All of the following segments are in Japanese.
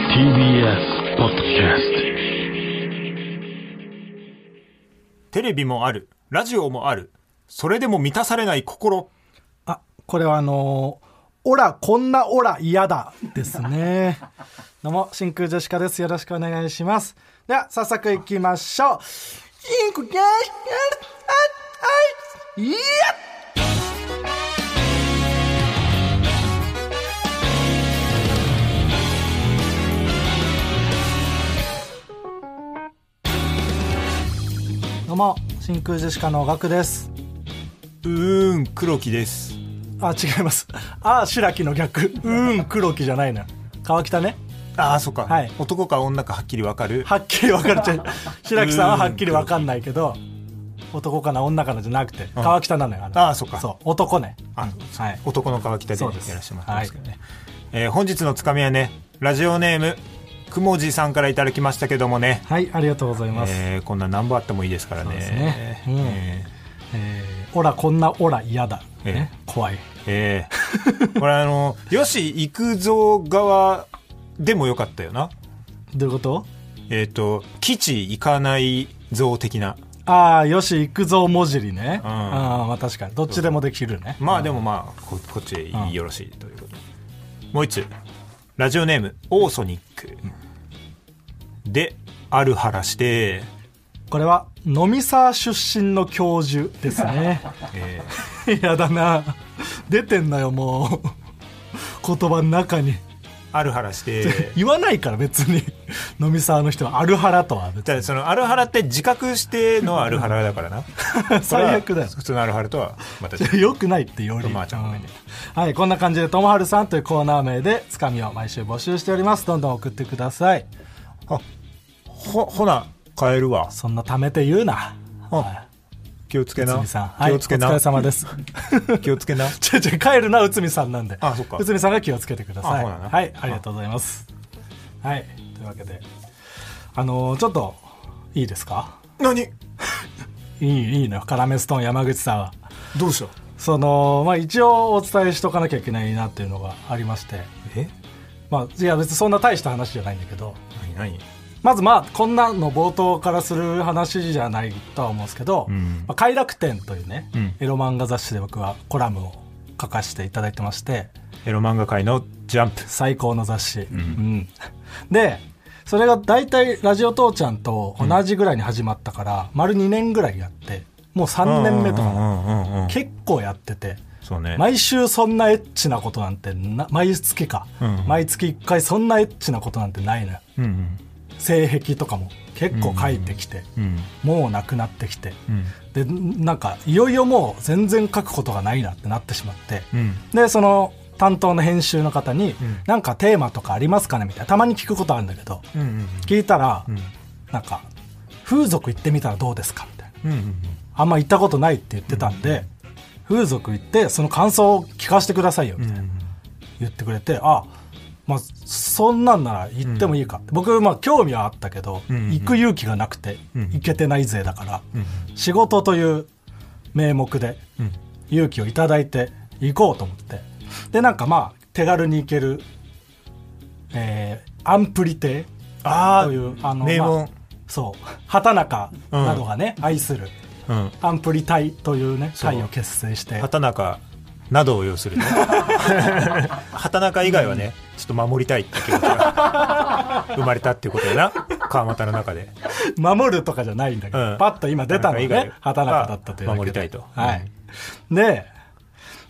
TBS ポッドキャステレビもあるラジオもあるそれでも満たされない心あ、これはあのーオラ、こんなオラ嫌だですね。どうも、真空ジェシカです。よろしくお願いします。では、早速行きましょう。真空ジェシカ、あ、あ、いやどうも、真空ジェシカのガクです。うーん黒木ですあ、違います。あ、白木の逆。うーん、黒木じゃないな。川北ね。ああそっか、はい男か女かはっきりわかるはっきり分かれちゃう。白木さんははっきり分かんないけど、男かな女かなじゃなくて、川北なのよ。のああそっかそう、男ね。あはい。男の川北でそやうらですせてもらってますけどね、えー本日のつかみはねラジオネームくもじさんからいただきましたけどもね、はい、ありがとうございます。えーこんな何本あってもいいですからねそうですねうんえーえーオラ、こんなオラ嫌だ。ええね、怖い。ええこれあの吉幾三側でもよかったよなどういうことえっ、と基地行かない像的なああ、よし、行くぞ、もじりね。ううんん、まあ確かに。どっちでもできるね。まあでもまあここっちでいいよろしいということでもう一つラジオネームオーソニックであるはらして、これは、飲みサー出身の教授で すね。え やだな。出てんのよ、もう。言葉の中に。ーあるはら して言わないから別に飲み沢の人はアルハラとは別じゃあそのあるはらって自覚してのあるはらだからなに 最悪だよ普通のあるはらとはまた違うよくないってより、まあちゃんごめんねうんはいこんな感じで「ともはるさん」というコーナー名でつかみを毎週募集しておりますどんどん送ってくださいあほほな帰るわそんなためて言うなあ気をつけ内な海さん、はい、気をつけな、お疲れ様 です気をつけ なちょちょ帰るな内海さんなんであそっか内海さんが気をつけてくださあいそうだなはいありがとうございますはいというわけであのーちょっといいですか何いいいいのよカラメストーン山口さんはどうしたその、まあ、一応お伝えしとかなきゃいけないなっていうのがありまして、えまあ、いや別にそんな大した話じゃないんだけど何何まずまあこんなの冒頭からする話じゃないとは思うんですけど「うんまあ、快楽天」というね、うんエロ漫画雑誌で僕はコラムを書かせていただいてましてエロ漫画界のジャンプ最高の雑誌、うんでそれが大体「ラジオ父ちゃん」と同じぐらいに始まったから、丸2年ぐらいやってもう3年目とうかんうんうんうんうん結構やってて。そうね毎週そんなエッチなことなんてな毎月か、うん毎月1回そんなエッチなことなんてないのようんうん性癖とかも結構書いてきて、うんもうなくなってきてうんでなんかいよいよもう全然書くことがないなってなってしまって、うんでその担当の編集の方に、んなんかテーマとかありますかねみたいなたまに聞くことあるんだけどうんうん聞いたら、んなんか風俗行ってみたらどうですかみたいなうんうんあんま行ったことないって言ってたんで、風俗行ってその感想を聞かせてくださいよみたいな、言ってくれてあまあそんなんなら行ってもいいか、僕まあ興味はあったけど、んうんうん行く勇気がなくて、うん行けてない勢だから、うん仕事という名目でうん勇気をいただいて行こうと思ってでなんかまあ手軽に行ける、えーアンプリ亭ああというあの名まあ門そう畑中などがね、愛するうんアンプリ隊というねそう会を結成して畑中などを要するね畑中以外はねちょっと守りたいって気持ちが生まれたっていうことやな川俣の中で守るとかじゃないんだけど、うんパッと今出たの田中以外ねは、畑中だったというだけで守りたいとはい。で、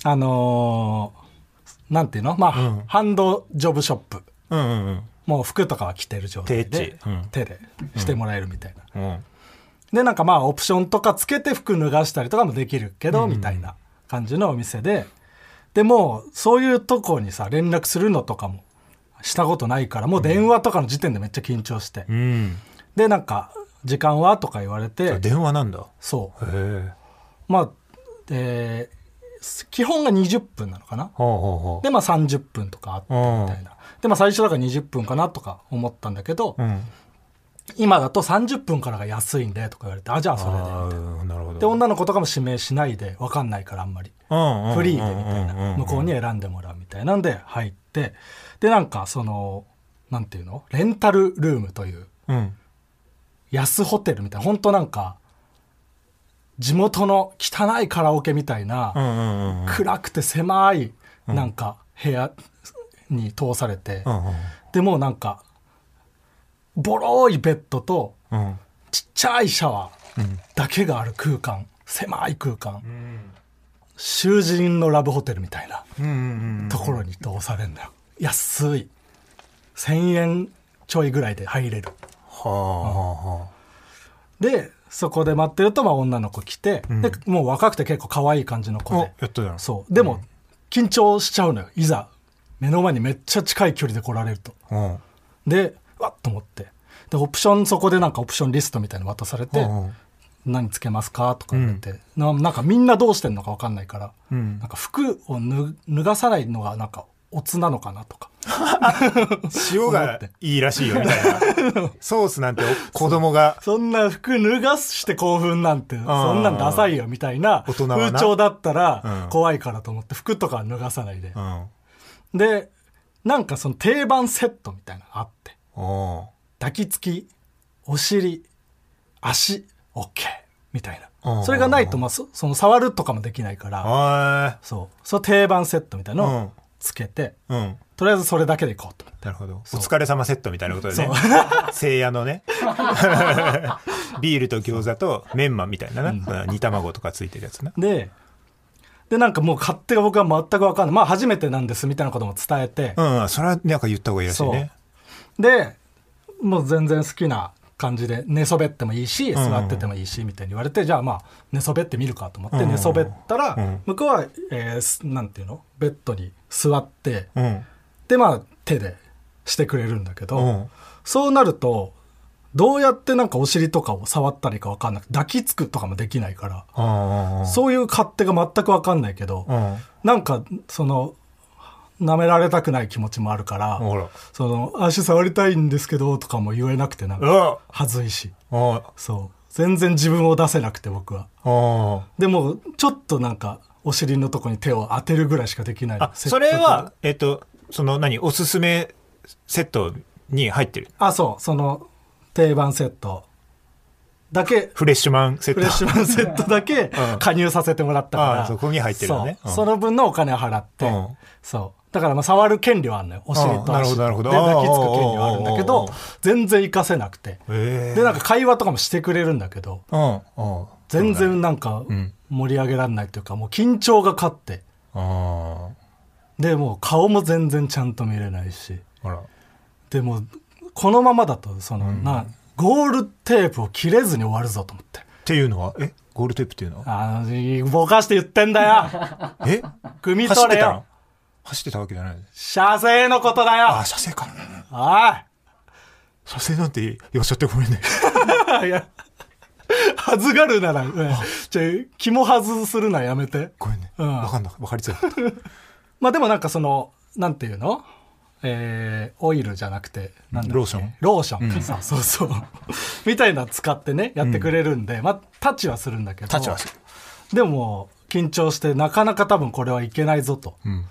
あのーなんていうのまあ、うんハンドジョブショップ。うんうんもう服とかは着てる状態で定、置うん手でしてもらえるみたいな。うんうんで、なんかまあ、オプションとかつけて服脱がしたりとかもできるけど、みたいな感じのお店で、でもう、そういうとこにさ、連絡するのとかもしたことないから、もう電話とかの時点でめっちゃ緊張して。うんで、なんか、時間はとか言われあて、電話なんだそう。へえまあ、えー基本が20分なのかな。ほうほうほうで、まあ30分とかあってうんみたいな。で、まあ最初だから20分かなとか思ったんだけど、うん今だと30分からが安いんでとか言われて、あ、じゃあそれでみたいあな。ーなるほどで、女の子とかも指名しないで、わかんないからあんまり。フフリーでみたいな。向こうに選んでもらうみたいなんで入って、で、なんかその、なんていうのレンタルルームといううん。安ホテルみたいな本当なんか地元の汚いカラオケみたいな、うんうんうんうん。暗くて狭いなんか部屋に通されて、うんうんでもうなんかボロいベッドとうん。ちっちゃいシャワーだけがある空間狭い空間、囚人のラブホテルみたいなうんうんところに通されるんだよ、安い1000円ちょいぐらいで入れるはあはでそこで待ってるとまあ女の子来て、でもう若くて結構可愛い感じのあ子はあ。でおやったじゃん。そう。でも、緊張しちゃうのよ。いざ、目の前にめっちゃ近い距離で来られると。う。うん。で、わっと思って。で、オプション、そこでなんかオプションリストみたいなの渡されて、うんうん何つけますかとか言って、ななんかみんなどうしてんのか分かんないから、んなんか服を脱脱がさないのがなんかおつなのかなとか、塩がいいらしいよみたいな。ソースなんてお子供が。そんな服脱がして興奮なんて、そんなんダサいよみたいな大人風はな潮だったうらん怖いからと思って、服とかは脱がさないでう。ん。で、なんかその定番セットみたいなのあって、お抱きつきお尻足 OK みたいうんなそれがないと、まあ、そその触るとかもできないからあそうその定番セットみたいなのうんをつけて、ーうん。とりあえずそれだけでいこうと思ってなるほど。お疲れ様セットみたいなことでね。せいやのね。 ビールと餃子とメンマみたいなな。煮卵とかついてるやつな。ででなんかもう勝手が僕は全く分かんないまあ初めてなんですみたいなことも伝えてう、んうん。それはなんか言った方がいいらしいね。でもう全然好きな感じで寝そべってもいいし座っててもいいしみたいに言われて、じゃあまあ寝そべってみるかと思って、うん寝そべったら、うん向こうは、えーすなんていうのベッドに座ってうん。でまあ手でしてくれるんだけど、うんそうなるとどうやってなんかお尻とかを触ったらいいか分かんなくて抱きつくとかもできないから、うん。そういう勝手が全く分かんないけど、うん。なんかその舐められたくない気持ちもあるから、ほら。その足触りたいんですけどとかも言えなくてなんうかわ恥ずいしおいそう全然自分を出せなくて僕はおいでもちょっとなんかお尻のとこに手を当てるぐらいしかできないあ、せっそかくれは、えっと、その何、おすすめセットに入ってる。あそうその定番セット だけフレッシュマンセッフト。レッシュマンセットだけうん加入させてもらったから、あそこに入ってるのねそううんその分のお金を払って、うんそうだからまあ触る権利はあるのよお尻うんとなるほ足どなるほどで抱きつく権利はあるんおうおうおうだけおうおうど全然活かせなくてええでなんか会話とかもしてくれるんだけどうん、うん。全然なんかん盛り上げられないというかもう緊張が勝ってあでもう顔も全然ちゃんと見れないしあ、あら。でもうこのままだとその、なゴールテープを切れずに終わるぞと思ってっていうのは、え、ゴールテープっていうのは、あーぼかして言ってんだよ え、汲み走っ取てれたよの走ってたわけじゃない。射精のことだあ、よ射精か。お射精なんて言っちゃってごめ んね。いいや恥ずがるなら、うんちょ気も外するなやめてごめんね。うんわかんなわかりづらかった。まあでもなんかその、なんていうのえーオイルじゃなくて、なんだっけローションローションか、そうそうそう。 みたいなの使ってね、やってくれるんで、まあ、タッチはするんだけど。タッチはするでも、緊張して、なかなか多分これはいけないぞと。うん。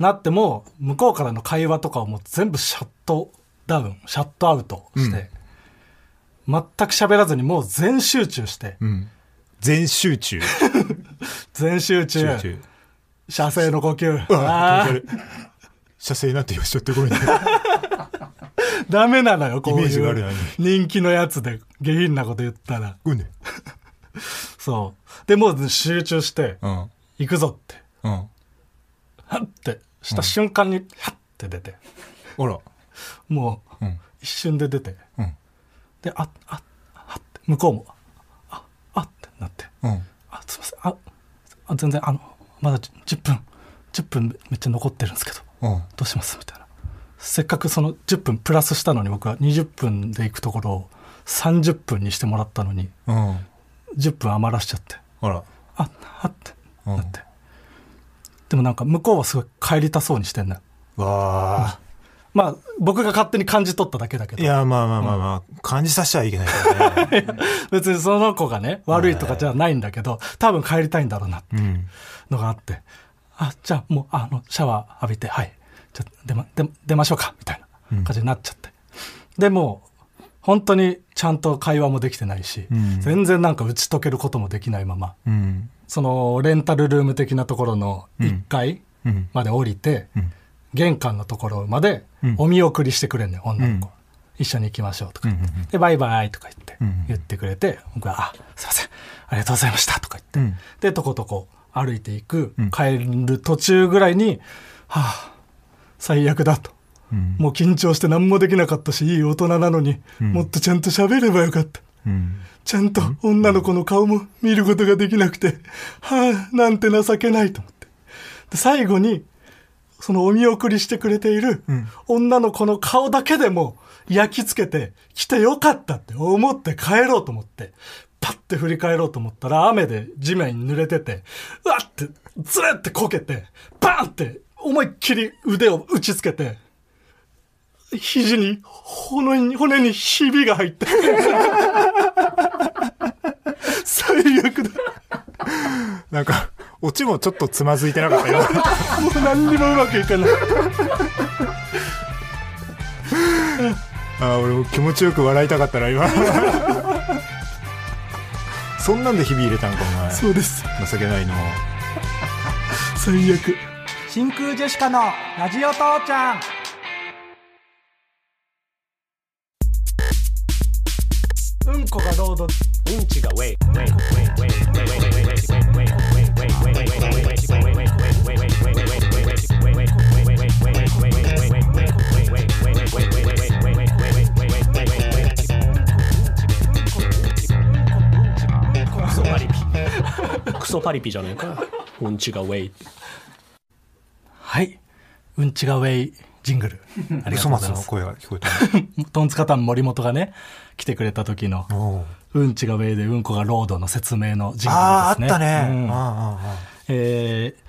なっても、向こうからの会話とかをもう全部シャットダウン、シャットアウトして、全く喋らずにもう全集中して、うん。全集中。全集中、集中。射精の呼吸。うわあ気ー持ち悪い射精なんて言っちゃってごめんね。ダメなのよ、こうイメージがあいるのうに人気のやつで下品なこと言ったら。ごめんね。そう。で、もう集中して、うん。行くぞって、うん。はってした瞬間に、はって出て、あら。もううん。一瞬で出て、うん。で、あ、あ、はって、向こうも、あ、あってなって、うん。あ、すいません、あ、あ全然、あの、まだ10分、10分めっちゃ残ってるんですけど、うん。どうしますみたいな。せっかくその10分プラスしたのに、僕は20分で行くところを30分にしてもらったのに、うん。 10分余らしちゃって、あら。ああってうんなって、でもなんか向こうはすごい帰りたそうにしてんのよわあ。まあ僕が勝手に感じ取っただけだけいどや、まあまあまあまあ、感じさせちゃいけないからね。別にその子がね悪いとかじゃないんだけど多分帰りたいんだろうなってうん。のがあってあじゃあもうあのシャワー浴びてはいじゃあ出ま出出ましょうかみたいな感じになっちゃって、でもう本当にちゃんと会話もできてないし、うん全然なんか打ち解けることもできないままうんそのレンタルルーム的なところの1階うんまで降りて、うん玄関のところまでうんお見送りしてくれんねん女の子、うん一緒に行きましょうとかう言って、んうんうんでバイバイとか言って、うんうん言ってくれて僕は「あすいませんありがとうございました」とか言って、うんでとことこ歩いていく、うん帰る途中ぐらいに「はあ最悪だ」と。うんもう緊張して何もできなかったし、いい大人なのに、うんもっとちゃんと喋ればよかった。うんちゃんと女の子の顔も見ることができなくて、はあ、なんて情けないと思って。で、最後に、そのお見送りしてくれているん女の子の顔だけでも焼き付けて、来てよかったって思って帰ろうと思って、パッて振り返ろうと思ったら雨で地面に濡れてて、うわって、ずれってこけて、バーンって思いっきり腕を打ちつけて、肘に、骨に、骨にひびが入って。 最悪だ。なんかオチもちょっとつまずいてなかったよもう何にもうまくいかない。 あー俺も気持ちよく笑いたかったな 今そんなんで日々入れたんかおそうです。前情けないの最悪。真空ジェシカのラジオ父ちゃんうんこがロード。クソパリピクソパリピじゃないかうんちがウェイはい。うんちがウェイジングル。ありがとうござ います。声が聞こえたトンツカタン森本がね、来てくれた時の、おううんちがウェイでうんこがロードの説明のジングあーあルでっすね。たね、うんああえー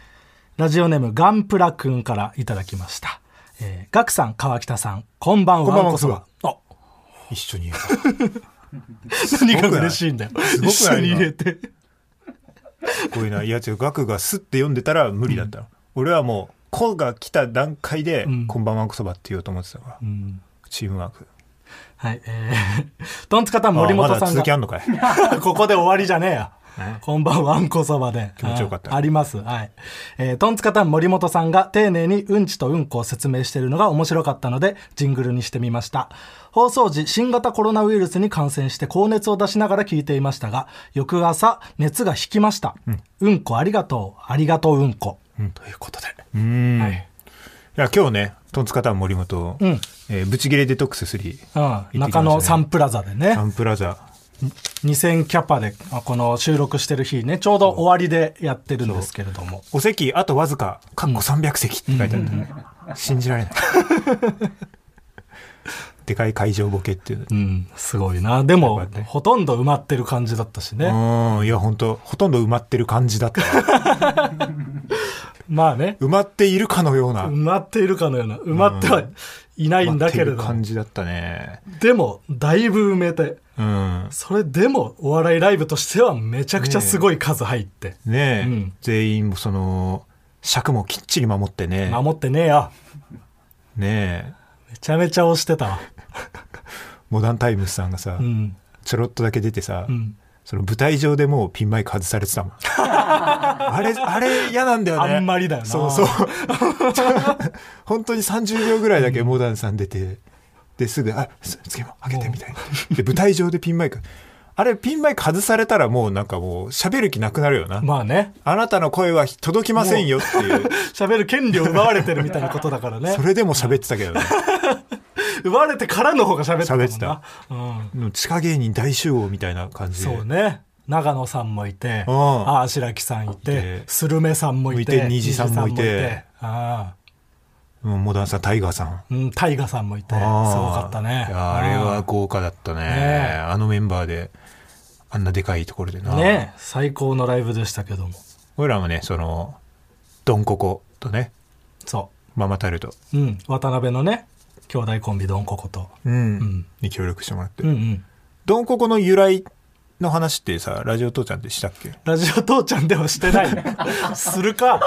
ラジオネームガンプラくんからいただきました。えーガクさん、川北さん、こんばんは。こんばんはこそば。あ、一緒に何が嬉しいんだよ。すごくない一緒に入れて。こういうのはいや違う額がスッて読んでたら無理だったの、俺はもう「子」が来た段階で「んこんばんはこそば」って言おうと思ってたから、チームワークはい、えー、トンツカタンあ森ーま本ださん続きあが、んのかい ここで終わりじゃねえやえ。こんばんは、あんこそばで。気持ちよかったああります。はい。えー、トンツカタン森本さんが丁寧にうんちとうんこを説明しているのが面白かったので、ジングルにしてみました。放送時、新型コロナウイルスに感染して高熱を出しながら聞いていましたが、翌朝、熱が引きました。うん、こありがとう、ありがとううんこ。ということで。うーん、、はいい。や今日ねトンツカタン森本、うんえーブチギレデトックス3、うん。中野サンプラザでねサ。ンプラザ2000キャパで、あこの収録してる日ね、ちょうど終わりでやってるんですけれども。お席あとわずかかっこ300席って書いてあったね、信じられない でかい会場ボケっていううん、すごいな。でも、やっぱねほとんど埋まってる感じだったしね。うんいや本当ほとんど埋まってる感じだった わまあね、埋まっているかのような埋まっているかのような、埋まってはいないんだけれ埋どまってるも、感じだったねでも、だいぶ埋めて、うんそれでも、お笑いライブとしてはめちゃくちゃすごい数入って、ねえ、うん全員もその尺もきっちり守ってね守ってねえよ。ねえめちゃめちゃ押してたわ。モダンタイムズさんがさ、うん。ちょろっとだけ出てさ、うん。その舞台上でもうピンマイク外されて たもんあれあれ嫌なんだよねあんまりだよなそう そう本当に30秒ぐらいだけモダンさん出てですぐ「あす次も開けて」みたいなで舞台上でピンマイクあれピンマイク外されたらもうなんかもう喋る気なくなるよな、まあね、あなたの声は届きませんよっていう喋る権利を奪われてるみたいなことだからね そ。れでも喋ってたけどね。奪われてからの方が喋ってたもんな。喋ってたうん。うん地下芸人大集合みたいな感じで。そうね長野さんもいてうんああ白木さんいててスルメさんもいていて虹さんもいて虹ああうんモダンさん、タイガーさん。うんタイガさんもいてすごあーかったねいやあれは豪華だったね。ねえあのメンバーで、あんなでかいところでな。ね最高のライブでしたけども俺らもね、その、ドンココとね、そママタルト。う、うん、渡辺のね兄弟コンビドンココとうんに協力してもらって。うんうんドンココの由来の話ってさ、ラジオ父ちゃんってしたっけ ラジオ父ちゃんではしてないするか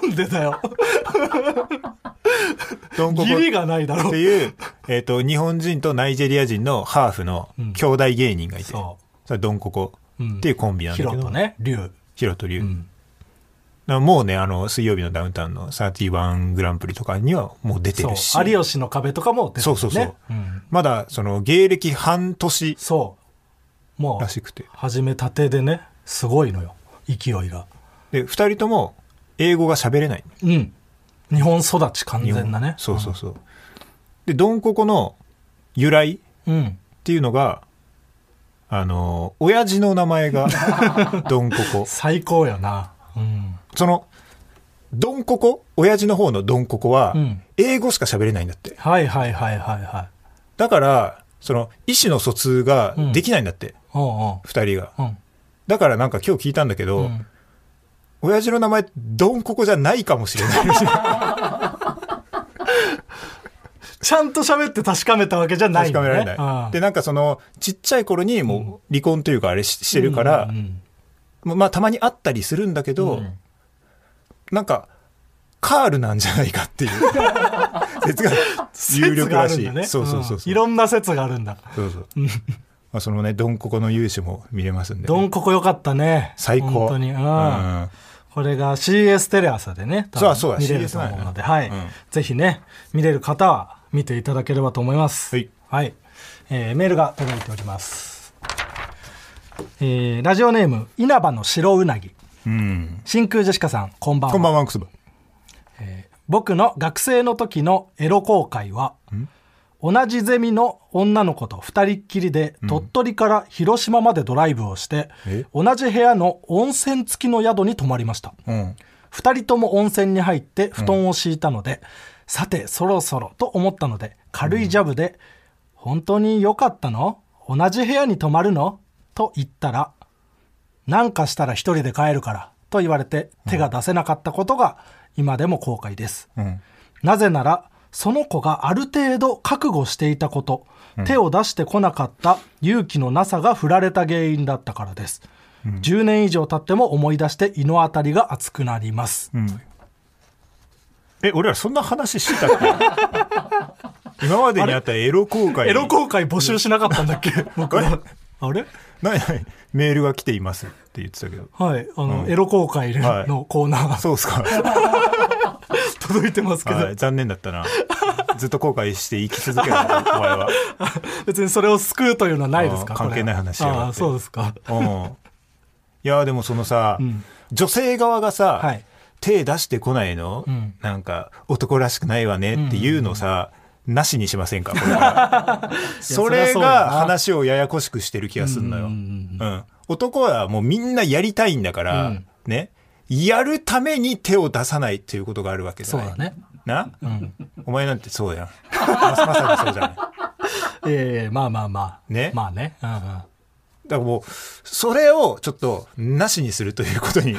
なんでだよ。ドンココ義理がないだろってう。いう、 えっと日本人とナイジェリア人のハーフの兄弟芸人がいて、そそれドンココうんっていうコンビう。なんヒだけロど、とね、リュウ。ヒロとリュウ、んなもうねあの水曜日のダウンタウンの31グランプリとかにはもう出てそるしう。有吉の壁とかも出てるね。そうそうそう、んまだその芸歴半年そう。もらう、しくて始めたてでね、すごいのよ。勢いが。で2人とも英語が喋れないうん。日本育ち完日本全なね。そうそうそう、でドンココの由来っうん。ていうのがあの親父の名前 がドンココ最高やな。うん。そのドンココ親父の方のドンココは、うん英語しか喋れないんだってはいはいはいはいはい。だからその意思の疎通ができないんだって、おう二2人がおう。うん。だからなんか今日聞いたんだけど、ん親父の名前ドンココじゃないかもしれ ないちゃんと喋って確かめたわけじゃない確のかね。められない、うんでなんかそのちっちゃい頃にもう離婚というかあれししてるから、うんうんままあたまにあったりするんだけど、んなんかカールなんじゃないかって いう説が有力らし説い、があるんだねそうそうそうそう、んいろんな説があるんだそうそう。まあそのね、ドンココの勇姿も見れますんでね、ドンココ良かったね最高。本当に、うんうんこれが CS テレ朝でね多分そうそうだ見れると CS 思うので、だよねはいうんぜひね見れる方は見ていただければと思いますはい、えーメールが届いております、えーラジオネーム稲葉の白うなぎうん。真空ジェシカさんこんばんはこんばんは、クスバ。僕の学生の時のエロ公開は同じゼミの女の子と二人っきりで鳥取から広島までドライブをして、え同じ部屋の温泉付きの宿に泊まりましたうん。二人とも温泉に入って布団を敷いたので、さてそろそろと思ったので軽いジャブで「本当に良かったの同じ部屋に泊まるの?」と言ったら「なんかしたら一人で帰るから」と言われて手が出せなかったことが今でも後悔です。うん。なぜなら、その子がある程度覚悟していたこと、手を出してこなかった勇気のなさが振られた原因だったからです。10年以上経っても思い出して胃のあたりが熱くなります。うん。え、俺らそんな話してたっ け今までにあったエロ公開に。エロ公開募集しなかったんだ っけ僕は。あれないない。メールが来ていますって言ってたけ ど。はい。あの、エロ公開のコーナーがそうっすか。 届いてますけど、はい残念だったな。 ずっと後悔して生き続けるお前は。別にそれを救うというのはないですかあー関係ない話しやがってああー、そうですか。うん。いや、でもそのさ、女性側がさ、はい手出してこないの、んなんか、男らしくないわねっていうのさ、なしにしません かこれからそれそりゃそうやなが話をややこしくしてる気がするのよ。うん男はもうみんなやりたいんだから、うんね。やるために手を出さないっていうことがあるわけじゃそうない。だね。な、んお前なんてそうやん。まさまさにそうじゃない。ええまあまあまあ。ねまあね。うんうん。だからもう、それをちょっと、なしにするということに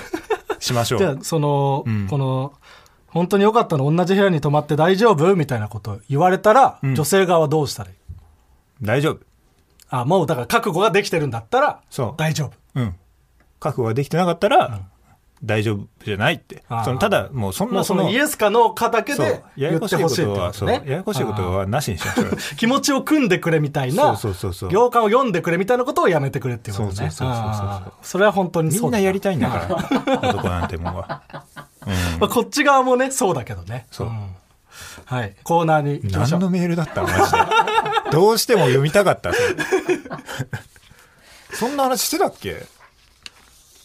しましょう。 じゃあその、んこの本当によかったの同じ部屋に泊まって大丈夫みたいなことを言われたら、ん女性側はどうしたらいい大丈夫。あもうだから覚悟ができてるんだったらそう大丈夫うん。覚悟ができてなかったら、大丈夫じゃないってあー。そのただ、もうそんもなうそそのの、イエスかノーかだけそうでや言やっこしていほこしいってとことでは、すそう、やねやこしいことあはなしにしましょうよ。ー気持ちを組んでくれみたいなそうそうそうそう行間を読んでくれみたいなことをやめてくれっていうことねそうそうそうそうそうあーそれは本当にみそんうだなやりたいんだから、男なんてもんは。まあ、こっち側もねそうだけどねそうんはいコーナーに行きましょ何うのメールだったのマジで。どうしても読みたかった。それそんな話してたっけ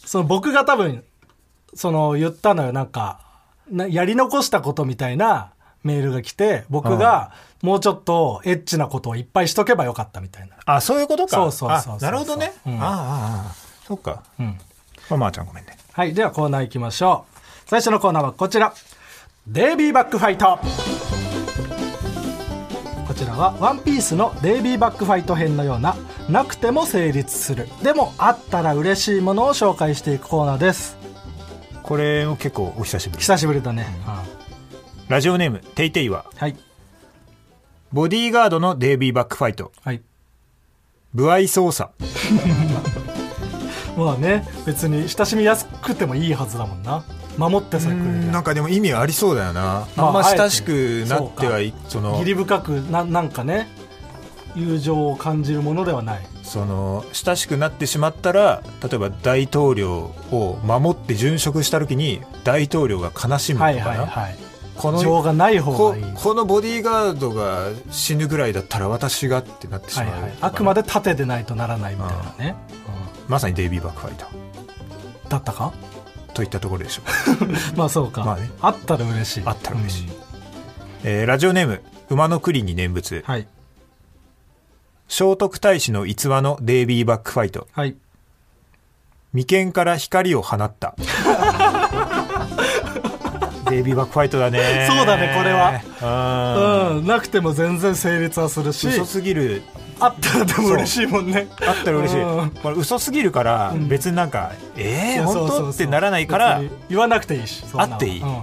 その僕が多分その言ったのよなんかなやり残したことみたいなメールが来て僕がもうちょっとエッチなことをいっぱいしとけばよかったみたいなあ、そういうことか。そうそうそうそあうなるほどね。うんあーあー、ああ、そっか。まあ、まーちゃんごめんね。はいではコーナー行きましょう最初のコーナーはこちらデイビーバックファイトこちらは「ワンピースのデイビーバックファイト編のようななくても成立するでもあったら嬉しいものを紹介していくコーナーですこれも結構お久しぶり。久しぶりだね、ラジオネーム、テイテイは、はいボディーガードのデイビーバックファイト、はい不愛想さ。まあね別に親しみやすくてもいいはずだもんな守ってさえくうれんるなんかでも意味ありそうだよな、あんま親しくなってはいその義理深くななんかね友情を感じるものではないその親しくなってしまったら例えば大統領を守って殉職した時に大統領が悲しむのはかいな、はいはいこ情のがない方こがいいこのボディーガードが死ぬぐらいだったら私がってなってしはま、いうはい、あくまで盾でないとならないみたいなね、まさにデイビー・バックファイターうんだったかといったところでしょうまあそうか、まあねあったら嬉しいあったら嬉しいうんえーラジオネーム馬の栗に念仏はい聖徳太子の逸話のデイビー・バックファイトはい眉間から光を放った デイビー・バックファイトだねそうだねこれはうんうん、なくても全然成立はするし嘘すぎるあったらでも嬉しいもんねあったら嬉しいうんこれ嘘すぎるから別になんか、えー、本当ってならないから、うん、言わなくていいしそんなのあっていいうん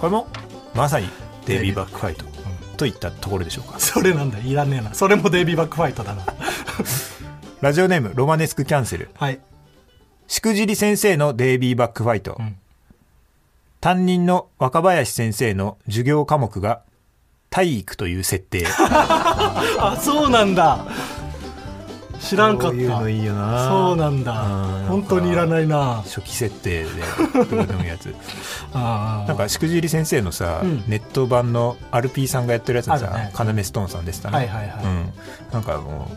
これもまさにデイビーバックファイトといったところでしょうかそれなんだいらねえなそれもデイビーバックファイトだなラジオネームロマネスクキャンセルはいしくじり先生のデイビーバックファイト、ん担任の若林先生の授業科目が体育という設 定あそうなんだ知らんかっこたういうのいいよなそうなんだうん本当にいらないな初期設 定でどうでもいいやつあなんかしくじり先生のさ、うんネット版の RP さんがやってるやつのあるねさ、カナメストーンさんでしたね、はいはいはいうん、なんかもう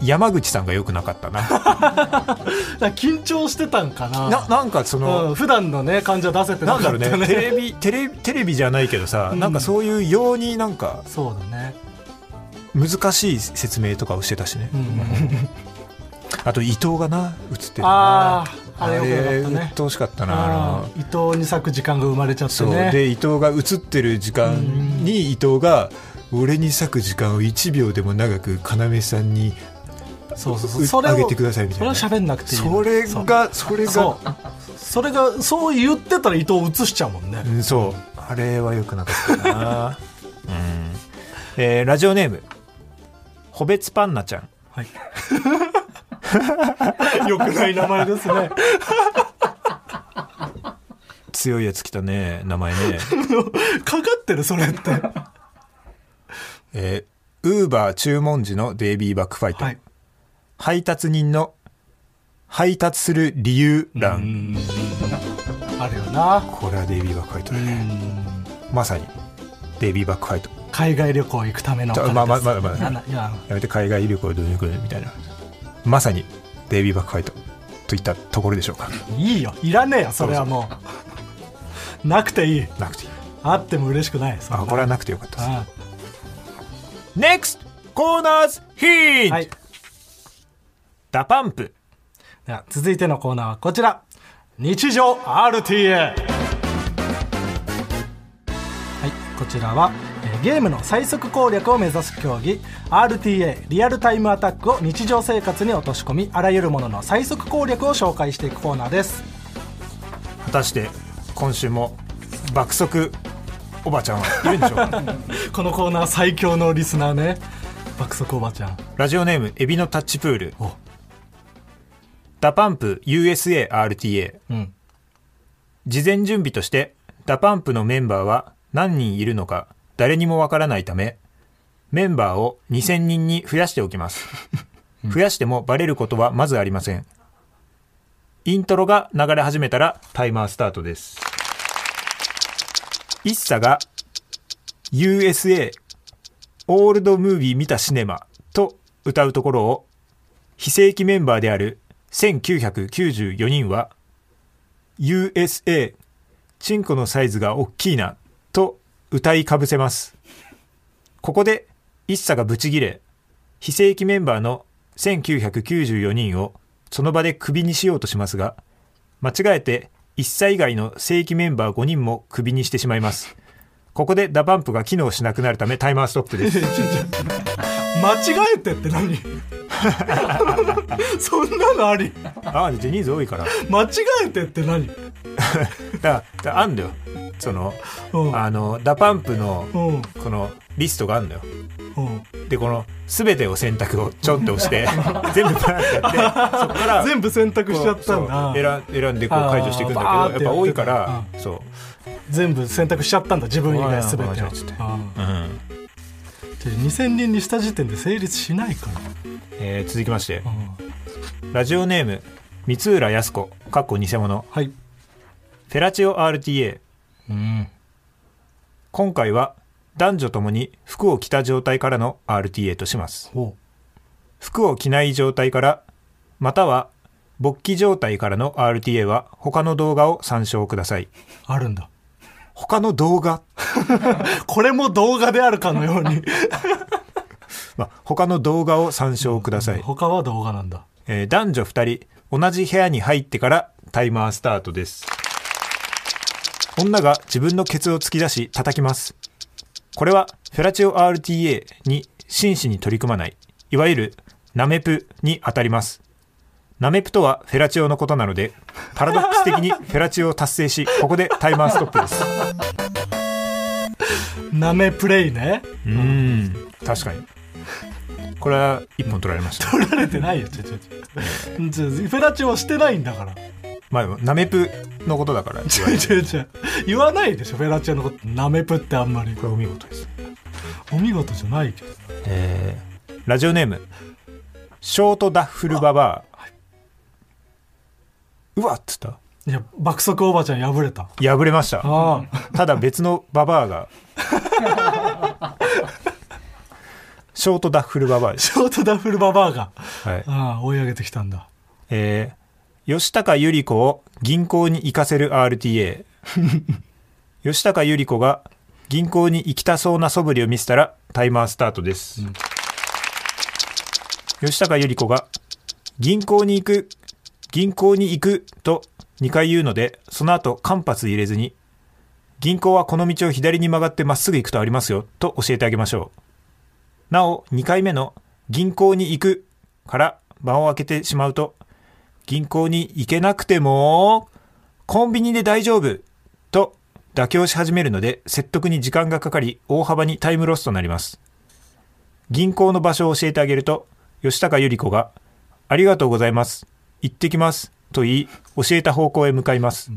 山口さんがよくなかった なーだから緊張してたんかなななんかその、うん、普段のね感情出せてななんだかろうっねたねテレビテレテレビじゃないけどさ、うんなんかそういうようになんかそうだね難しい説明とかをしてたしね、うんあと伊藤がな映ってるなあああれよくなかったあれね鬱陶しかったなああのー伊藤に咲く時間が生まれちゃってそう、ねで伊藤が映ってる時間に伊藤が俺に割く時間を1秒でも長く要さんにそうそうそううそれを上げてくださいみたいなそれを喋んなくていいのそれがそれがそううそれがそう言ってたら伊藤映しちゃうもんね、んそうあれはよくなかった な、うんえーラジオネーム「ほべつパンナちゃんはいよくない名前ですね」強いやつ来たね名前 ね、 かかってるそれってえウーバー注文時のデイビーバックファイト、はい配達人の配達する理由欄、あるよなこれはデイビーバックファイトだね、まさにデイビーバックファイト海外旅行行くためのお金ですまあまあまあまあいやないややめて海外旅行どういうことみたいなまさにデイビーバックファイトといったところでしょうかいいよいらねえよそれはもうなくていいなくていいあっても嬉しくないそんなあこれはなくてよかったですあ NEXT コーナーズヒンート、はいダパンプでは続いてのコーナーはこちら日常 RTA はいこちらはえーゲームの最速攻略を目指す競技 RTA リアルタイムアタックを日常生活に落とし込みあらゆるものの最速攻略を紹介していくコーナーです果たして今週も爆速おばちゃんはいるんでしょうかこのコーナー最強のリスナーね爆速おばちゃんラジオネームエビのタッチプールおダパンプ USARTA うん事前準備としてダパンプのメンバーは何人いるのか誰にもわからないためメンバーを2000人に増やしておきます増やしてもバレることはまずありませんイントロが流れ始めたらタイマースタート です一茶が USA オールドムービー見たシネマと歌うところを非正規メンバーである1994人は USA チンコのサイズが大きいなと歌いかぶせますここで一茶がブチギレ非正規メンバーの1994人をその場でクビにしようとしますが間違えて一茶以外の正規メンバー5人もクビにしてしまいますここでダパンプが機能しなくなるためタイマーストップです間違えてって 何そんなのありああジェニーズ多いから間違えてって何だからだからあんだよそのうんあのダパンプのうんこのリストがあんだようんでこの全てを選択をちょんと押して 全部バーってやってそこから全部選択しちゃったんそうだ選選んでこう解除していくんだけどやあーバーっってぱやってた多いからそう全部選択しちゃったんだ自分以外全てをあーあうんー2000人にした時点で成立しないからえー続きましてうんラジオネーム三浦靖子かっこ偽物はいフェラチオ RTA うん今回は男女ともに服を着た状態からの RTA としますお服を着ない状態からまたは勃起状態からの RTA は他の動画を参照くださいあるんだ他の動画、これも動画であるかのように まあ、他の動画を参照ください、他は動画なんだえー男女2人同じ部屋に入ってからタイマースタートです女が自分のケツを突き出し叩きますこれはフェラチオ RTA に真摯に取り組まないいわゆるナメプに当たりますナメプとはフェラチオのことなのでパラドックス的にフェラチオを達成しここでタイマーストップですなめプレイね うーん確かにこれは一本取られました取られてないよちょちょちょちょフェラチオはしてないんだからまあでもナメプのことだ からちょちょちょ言わないでしょフェラチオのことなめプってあんまりこれお見事ですお見事じゃないけどえーラジオネームショートダッフルババアうわっつったいや爆速おばちゃん破れた破れましたああただ別のババアがショートダッフルババアです、ショートダッフルババアがはいああ追い上げてきたんだえー吉高由里子を銀行に行かせる RTA 吉高由里子が銀行に行きたそうな素振りを見せたらタイマースタートです、吉高由里子が銀行に行く銀行に行くと2回言うのでその後間髪入れずに銀行はこの道を左に曲がってまっすぐ行くとありますよと教えてあげましょうなお2回目の銀行に行くから場を空けてしまうと銀行に行けなくてもコンビニで大丈夫と妥協し始めるので説得に時間がかかり大幅にタイムロスとなります銀行の場所を教えてあげると吉高由里子が「ありがとうございます行ってきます」と言い教えた方向へ向かいます、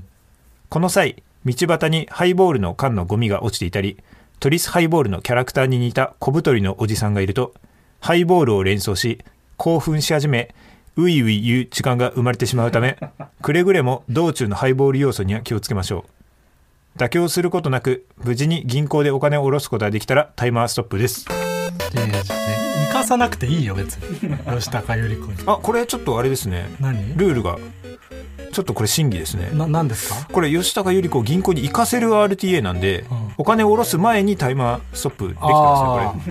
この際道端にハイボールの缶のゴミが落ちていたりトリスハイボールのキャラクターに似た小太りのおじさんがいるとハイボールを連想し興奮し始めういうい言う時間が生まれてしまうためくれぐれも道中のハイボール要素には気をつけましょう妥協することなく無事に銀行でお金を下ろすことができたらタイマーストップですいやいやちょっと行かさなくていいよ別 に吉高由里子にあこれちょっとあれですね何ルールがちょっとこれ審議ですねな何ですかこれ吉高由里子を銀行に行かせる RTA なんで、うんお金を下ろす前にタイマーストップできたんで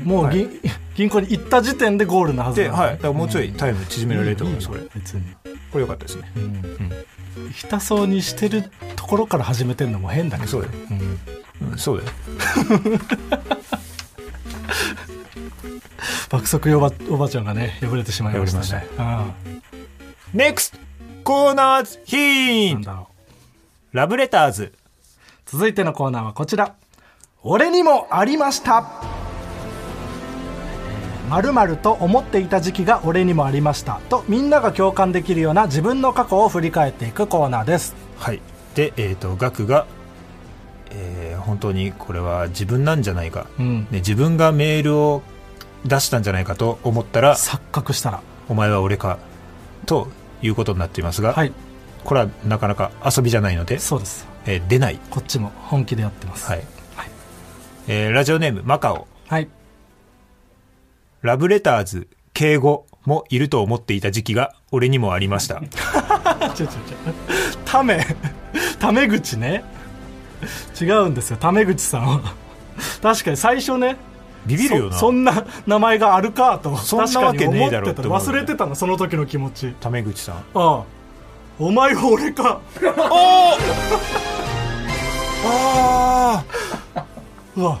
すねこああもう銀,、銀行に行った時点でゴールなはずれで、なのはい、だからもうちょいタイム縮められると思いますこれこ別に、れ良かったですねうん行きたそうにしてるところから始めてんのも変だけどそうだよ、んうんそうだよ爆速おばおばちゃんがね破れてしまいましたね破れうん NEXT コーナーズヒなンんだろうラブレターズ続いてのコーナーはこちら俺にもありましたまるまると思っていた時期が俺にもありましたとみんなが共感できるような自分の過去を振り返っていくコーナーですはいでえっ、とガクが、えー本当にこれは自分なんじゃないか、うんね、自分がメールを出したんじゃないかと思ったら錯覚したらお前は俺かということになっていますが、はいこれはなかなか遊びじゃないので、そうですえー出ない、こっちも本気でやってますはいえーラジオネームマカオはいラブレターズ敬語もいると思っていた時期が俺にもありましたあちょちょちょためため口ね違うんですよため口さんは確かに最初ねビビるよそなそんな名前があるかとそんなわけねえだろ確かってに思思うってた忘れてたのその時の気持ちタメ口さんああお前は 俺かあうわ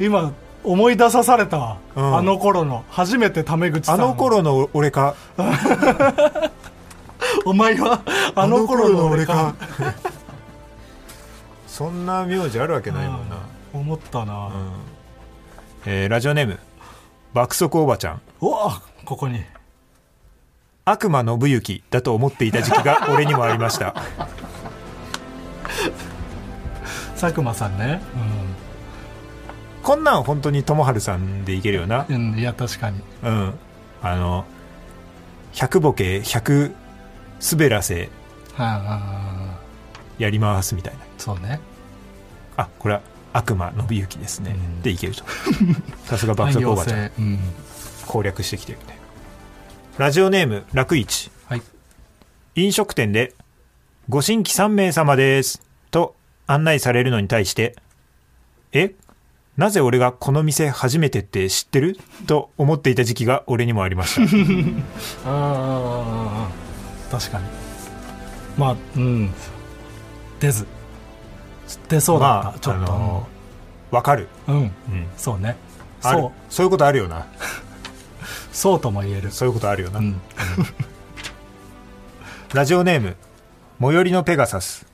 今思い出さされたわ、うんあの頃の初めてタメ口さあんをの頃の俺かお前はあの頃の俺か そんな名字あるわけないもんな、思ったな、うんえーラジオネーム爆速おばちゃんおおここに悪魔信行だと思っていた時期が俺にもありました佐久間さんねこんなん本当に友春さんでいけるよなうん、うん、いや確かにうんあの100ボケ100滑らせうんうんうんうんやりますみたいなそうねあこれは悪魔信行ですね、うんでいけると さすが爆速おばちゃん汎用性うん攻略してきてるねラジオネーム楽一はい飲食店で「ご新規3名様です」と案内されるのに対して「えなぜ俺がこの店初めてって知ってる?」と思っていた時期が俺にもありましたああ確かにまあうん出ず出そうだった、まあちょっと、あのわかる、うん、うんうん、そうねあるそうそういうことあるよなそうとも言えるそういうことあるよな、うん ラジオネーム最寄りのペガサス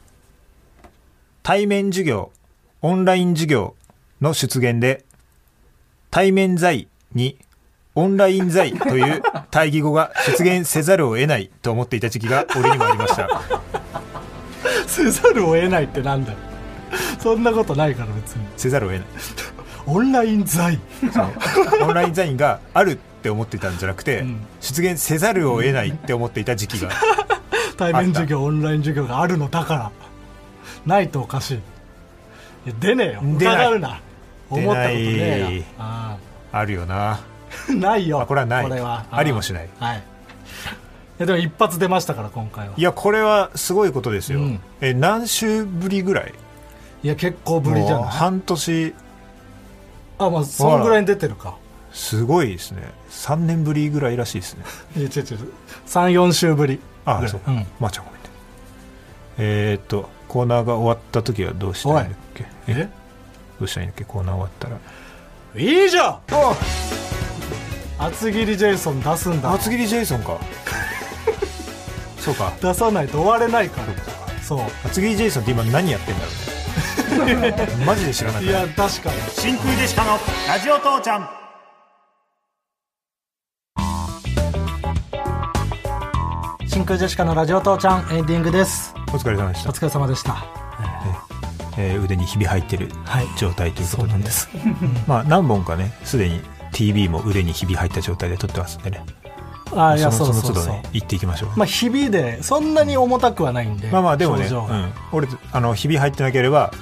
対面授業オンライン授業の出現で対面在にオンライン在という対義語が出現せざるを得ないと思っていた時期が俺にもありま したせざるを得ないってなんだよそんなことないから別にせざるを得ないオンライン在オンライン在があるって思ってたんじゃなくて、うん出現せざるを得ないって思っていた時期が対面授業オンライン授業があるのだからないとおかしいいや出ねえよ出ない疑うな思ったこと出なねえいよああるよなあないよあこれはないああありもしないはいいやでも一発出ましたから今回はいいやこれはすごいことですよ、うんえ何週ぶりぐらいや結構ぶりじゃもうない半年あまあそんぐらいに出てるかすごいですね3年ぶりぐらいらしいですねいや違う違う34週ぶりあぐらいそう、んまーちゃんごめんねえー、っとコーナーが終わった時はどうしたらいいんだっけええどうしたらいいんだっけコーナー終わったらいいじゃん厚切りジェイソン出すんだ厚切りジェイソン かそうか出さないと終われないからそう厚切りジェイソンって今何やってんだろ うねマジで知らないいや確かに真空ジェシカのラジオ父ちゃん真空ジェシカのラジオ父ちゃんエンディングですお疲れ様でしおた、疲れ様でしたえー腕にひび入ってるはい状態ということそうで,、なんですまあ何本かねすでに TV も腕にひび入った状態で撮ってますんでねああいやそそのうそそうの都そ度ねう行っていきましょうまあひびでそんなに重たくはないんでまあまあでもね、症う状がん、俺あのひび入ってなければ、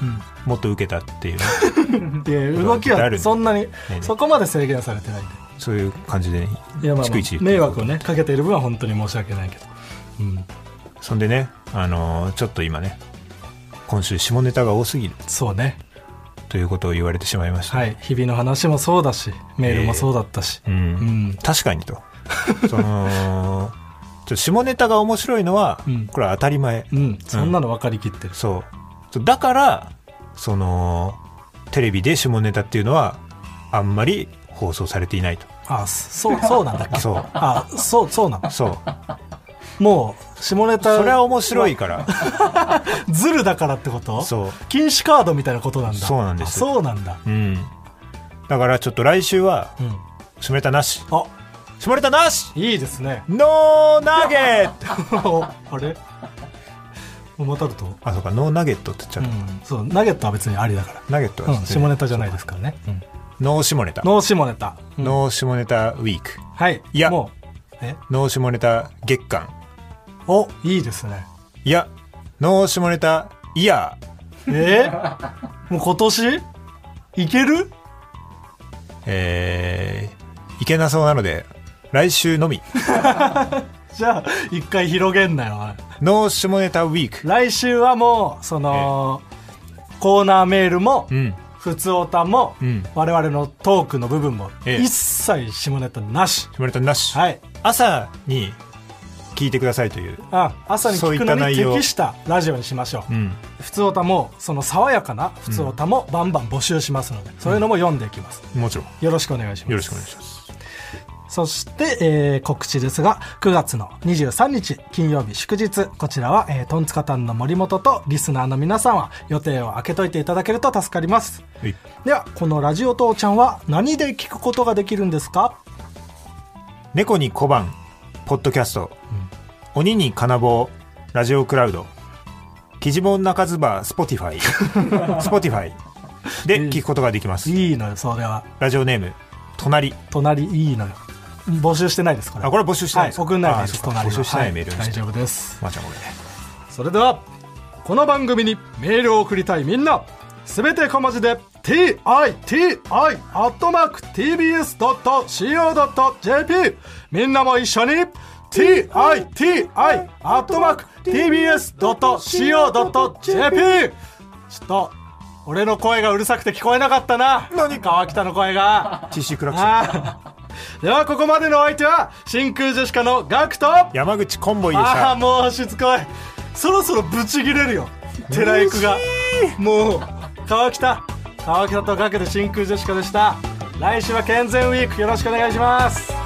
んもっと受けたって いうねで動きはそんなにねねそこまで制限されてないんでそういう感じでねいやまあま逐一言っていあこう迷惑をねかけている分は本当に申し訳ないけどうんそんでね、あのーちょっと今ね今週下ネタが多すぎるそうねということを言われてしまいました、はい日々の話もそうだしメールもそうだったしうんうん確かにとその ちょ下ネタが面白いのは、うんこれは当たり前、うんそんなの分かりきってるそうそうだからそのテレビで下ネタっていうのはあんまり放送されていないとあそうそうなんだっけそうあそうそうなの そうもう下ネタそれは面白いからズルだからってことそう禁止カードみたいなことなんだそうなんですあそうなんだうん。だからちょっと来週は、うん下ネタなし。あ下ネタなしいいですね ノーナゲットあれまたるとあ、そうか、ノーナゲットって言っちゃうった。んそうナゲットは別にありだかナゲットら、はうん、下ネタじゃないですからね、うんノー下ネタ。ノー下ネタ、うんノー下ネタウィーク。はいいやもうえノー下ネタ月間。おいいですねいや、ノー下ネタイヤー。え ー、もう今年いけるえー、いけなそうなので、来週のみ。 じゃあ一回広げんなよおいノー下ネタウィーク。来週はもうそのコーナーメールも、うん。普通オタも、うん我々のトークの部分も、ええ一切下ネタなし下ネタなし。はい朝に聞いてくださいという。あ朝にそうい聞ったくのに内容適したラジオにしましょう、うん。普通オタもその爽やかな普通オタもバンバン募集しますので、そういうのも読んでいきます、もちろん。よろしくお願いしますよろしくお願いします。そして、えー告知ですが、9月の23日金曜日祝日、こちらは、えートンツカタンの森本とリスナーの皆さんは予定を空けといていただけると助かります。はいでは、このラジオ父ちゃんは何で聞くことができるんですか猫に小判ポッドキャスト、鬼に金棒ラジオクラウドキジモン中ズバスポティファイ スポティファイで聞くことができますいいのよ、それは。ラジオネーム隣隣いいのよ。募集してないです、これ。あこれは募集してないんはでいす、か送んないであす、そうか隣は募集してないメールはにいし大て丈夫です。まあ、ちゃんこれそれではこの番組にメールを送りたいみんなすべて小文字で TITI-tbs.co.jp みんなも一緒に TITI-tbs.co.jp ちょっと俺の声がうるさくて聞こえなかったな何川北の声が TC クラクションあーではここまでのお相手は真空ジェシカのガクト山口コンボイでしああたもうしつこいそろそろブチギレるよ寺井くがもう川北川北とかけて真空ジェシカでした来週は健全ウィークよろしくお願いします